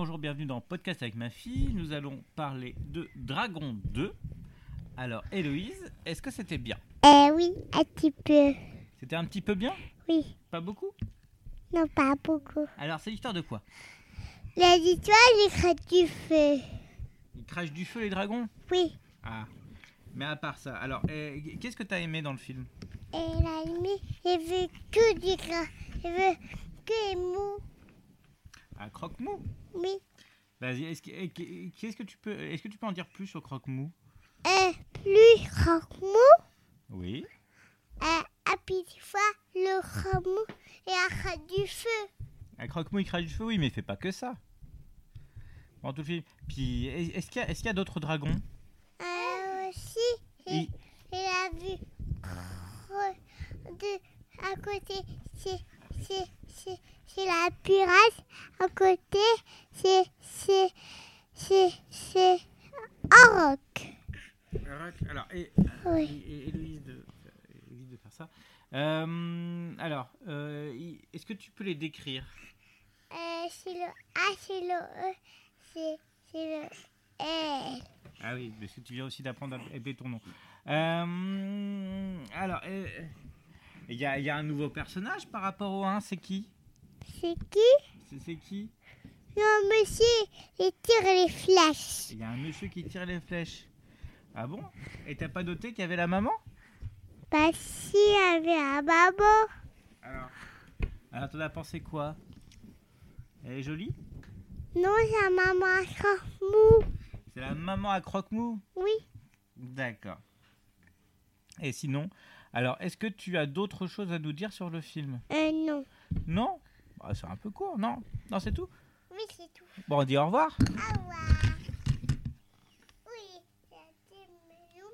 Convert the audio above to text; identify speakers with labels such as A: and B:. A: Bonjour, bienvenue dans Podcast avec ma fille. Nous allons parler de Dragon 2. Alors, Héloïse, est-ce que c'était bien
B: Euh, oui, un petit peu.
A: C'était un petit peu bien
B: Oui,
A: Pas beaucoup
B: non, pas beaucoup.
A: Alors, c'est l'histoire de quoi
B: La victoire, j'ai craint du feu.
A: Ils crachent du feu, les dragons
B: Oui,
A: Ah, mais à part ça, alors, euh, qu'est-ce que t'as aimé dans le film
B: et la nuit, j'ai vu que du gras. J'ai vu que les mous.
A: Ah, Croque-Mou
B: Oui,
A: Vas-y, est-ce que, euh, qu'est-ce que tu peux, est-ce que tu peux en dire plus sur Croque-Mou
B: un Euh, plus grand mou,
A: Oui.
B: un un petit fois le grand mou et un rat du feu.
A: Un Ah, croque-mou, il crache du feu, oui, mais il fait pas que ça. Dans tout le film. Puis, est- est-ce qu'il y a, est-ce qu'il y a d'autres dragons
B: Euh, aussi, et,
A: Il-
B: et la vue cro- de, à côté, c'est, c'est, c'est, c'est la purasse. À côté, c'est, c'est, c'est, c'est un roc.
A: Alors, et,
B: Oui.
A: et- Héloïse de, euh, Héloïse de faire ça. Euh, alors, euh, il- est-ce que tu peux les décrire
B: Euh, c'est le A, c'est le E, c'est, c'est le L.
A: Ah oui, parce que tu viens aussi d'apprendre à appeler ton nom. Euh, alors, euh, il y, a, il y a un nouveau personnage par rapport au 1, c'est qui
B: C'est qui
A: C'est- C'est qui
B: Non, monsieur, il tire les flashs.
A: Il y a un monsieur qui tire les flèches. Ah bon Et t'as pas noté qu'il y avait la maman
B: Bah, si, il y avait un maman.
A: Alors, alors t'en as pensé quoi Elle est jolie
B: Non, sa maman a un mou.
A: C'est la maman à croque-mou
B: Oui.
A: D'accord. Et sinon, alors, est-ce que tu as d'autres choses à nous dire sur le film
B: Euh, non.
A: Non Bah, C'est un peu court, non Non, c'est tout
B: Oui, c'est tout.
A: Bon, on dit au revoir
B: Au revoir.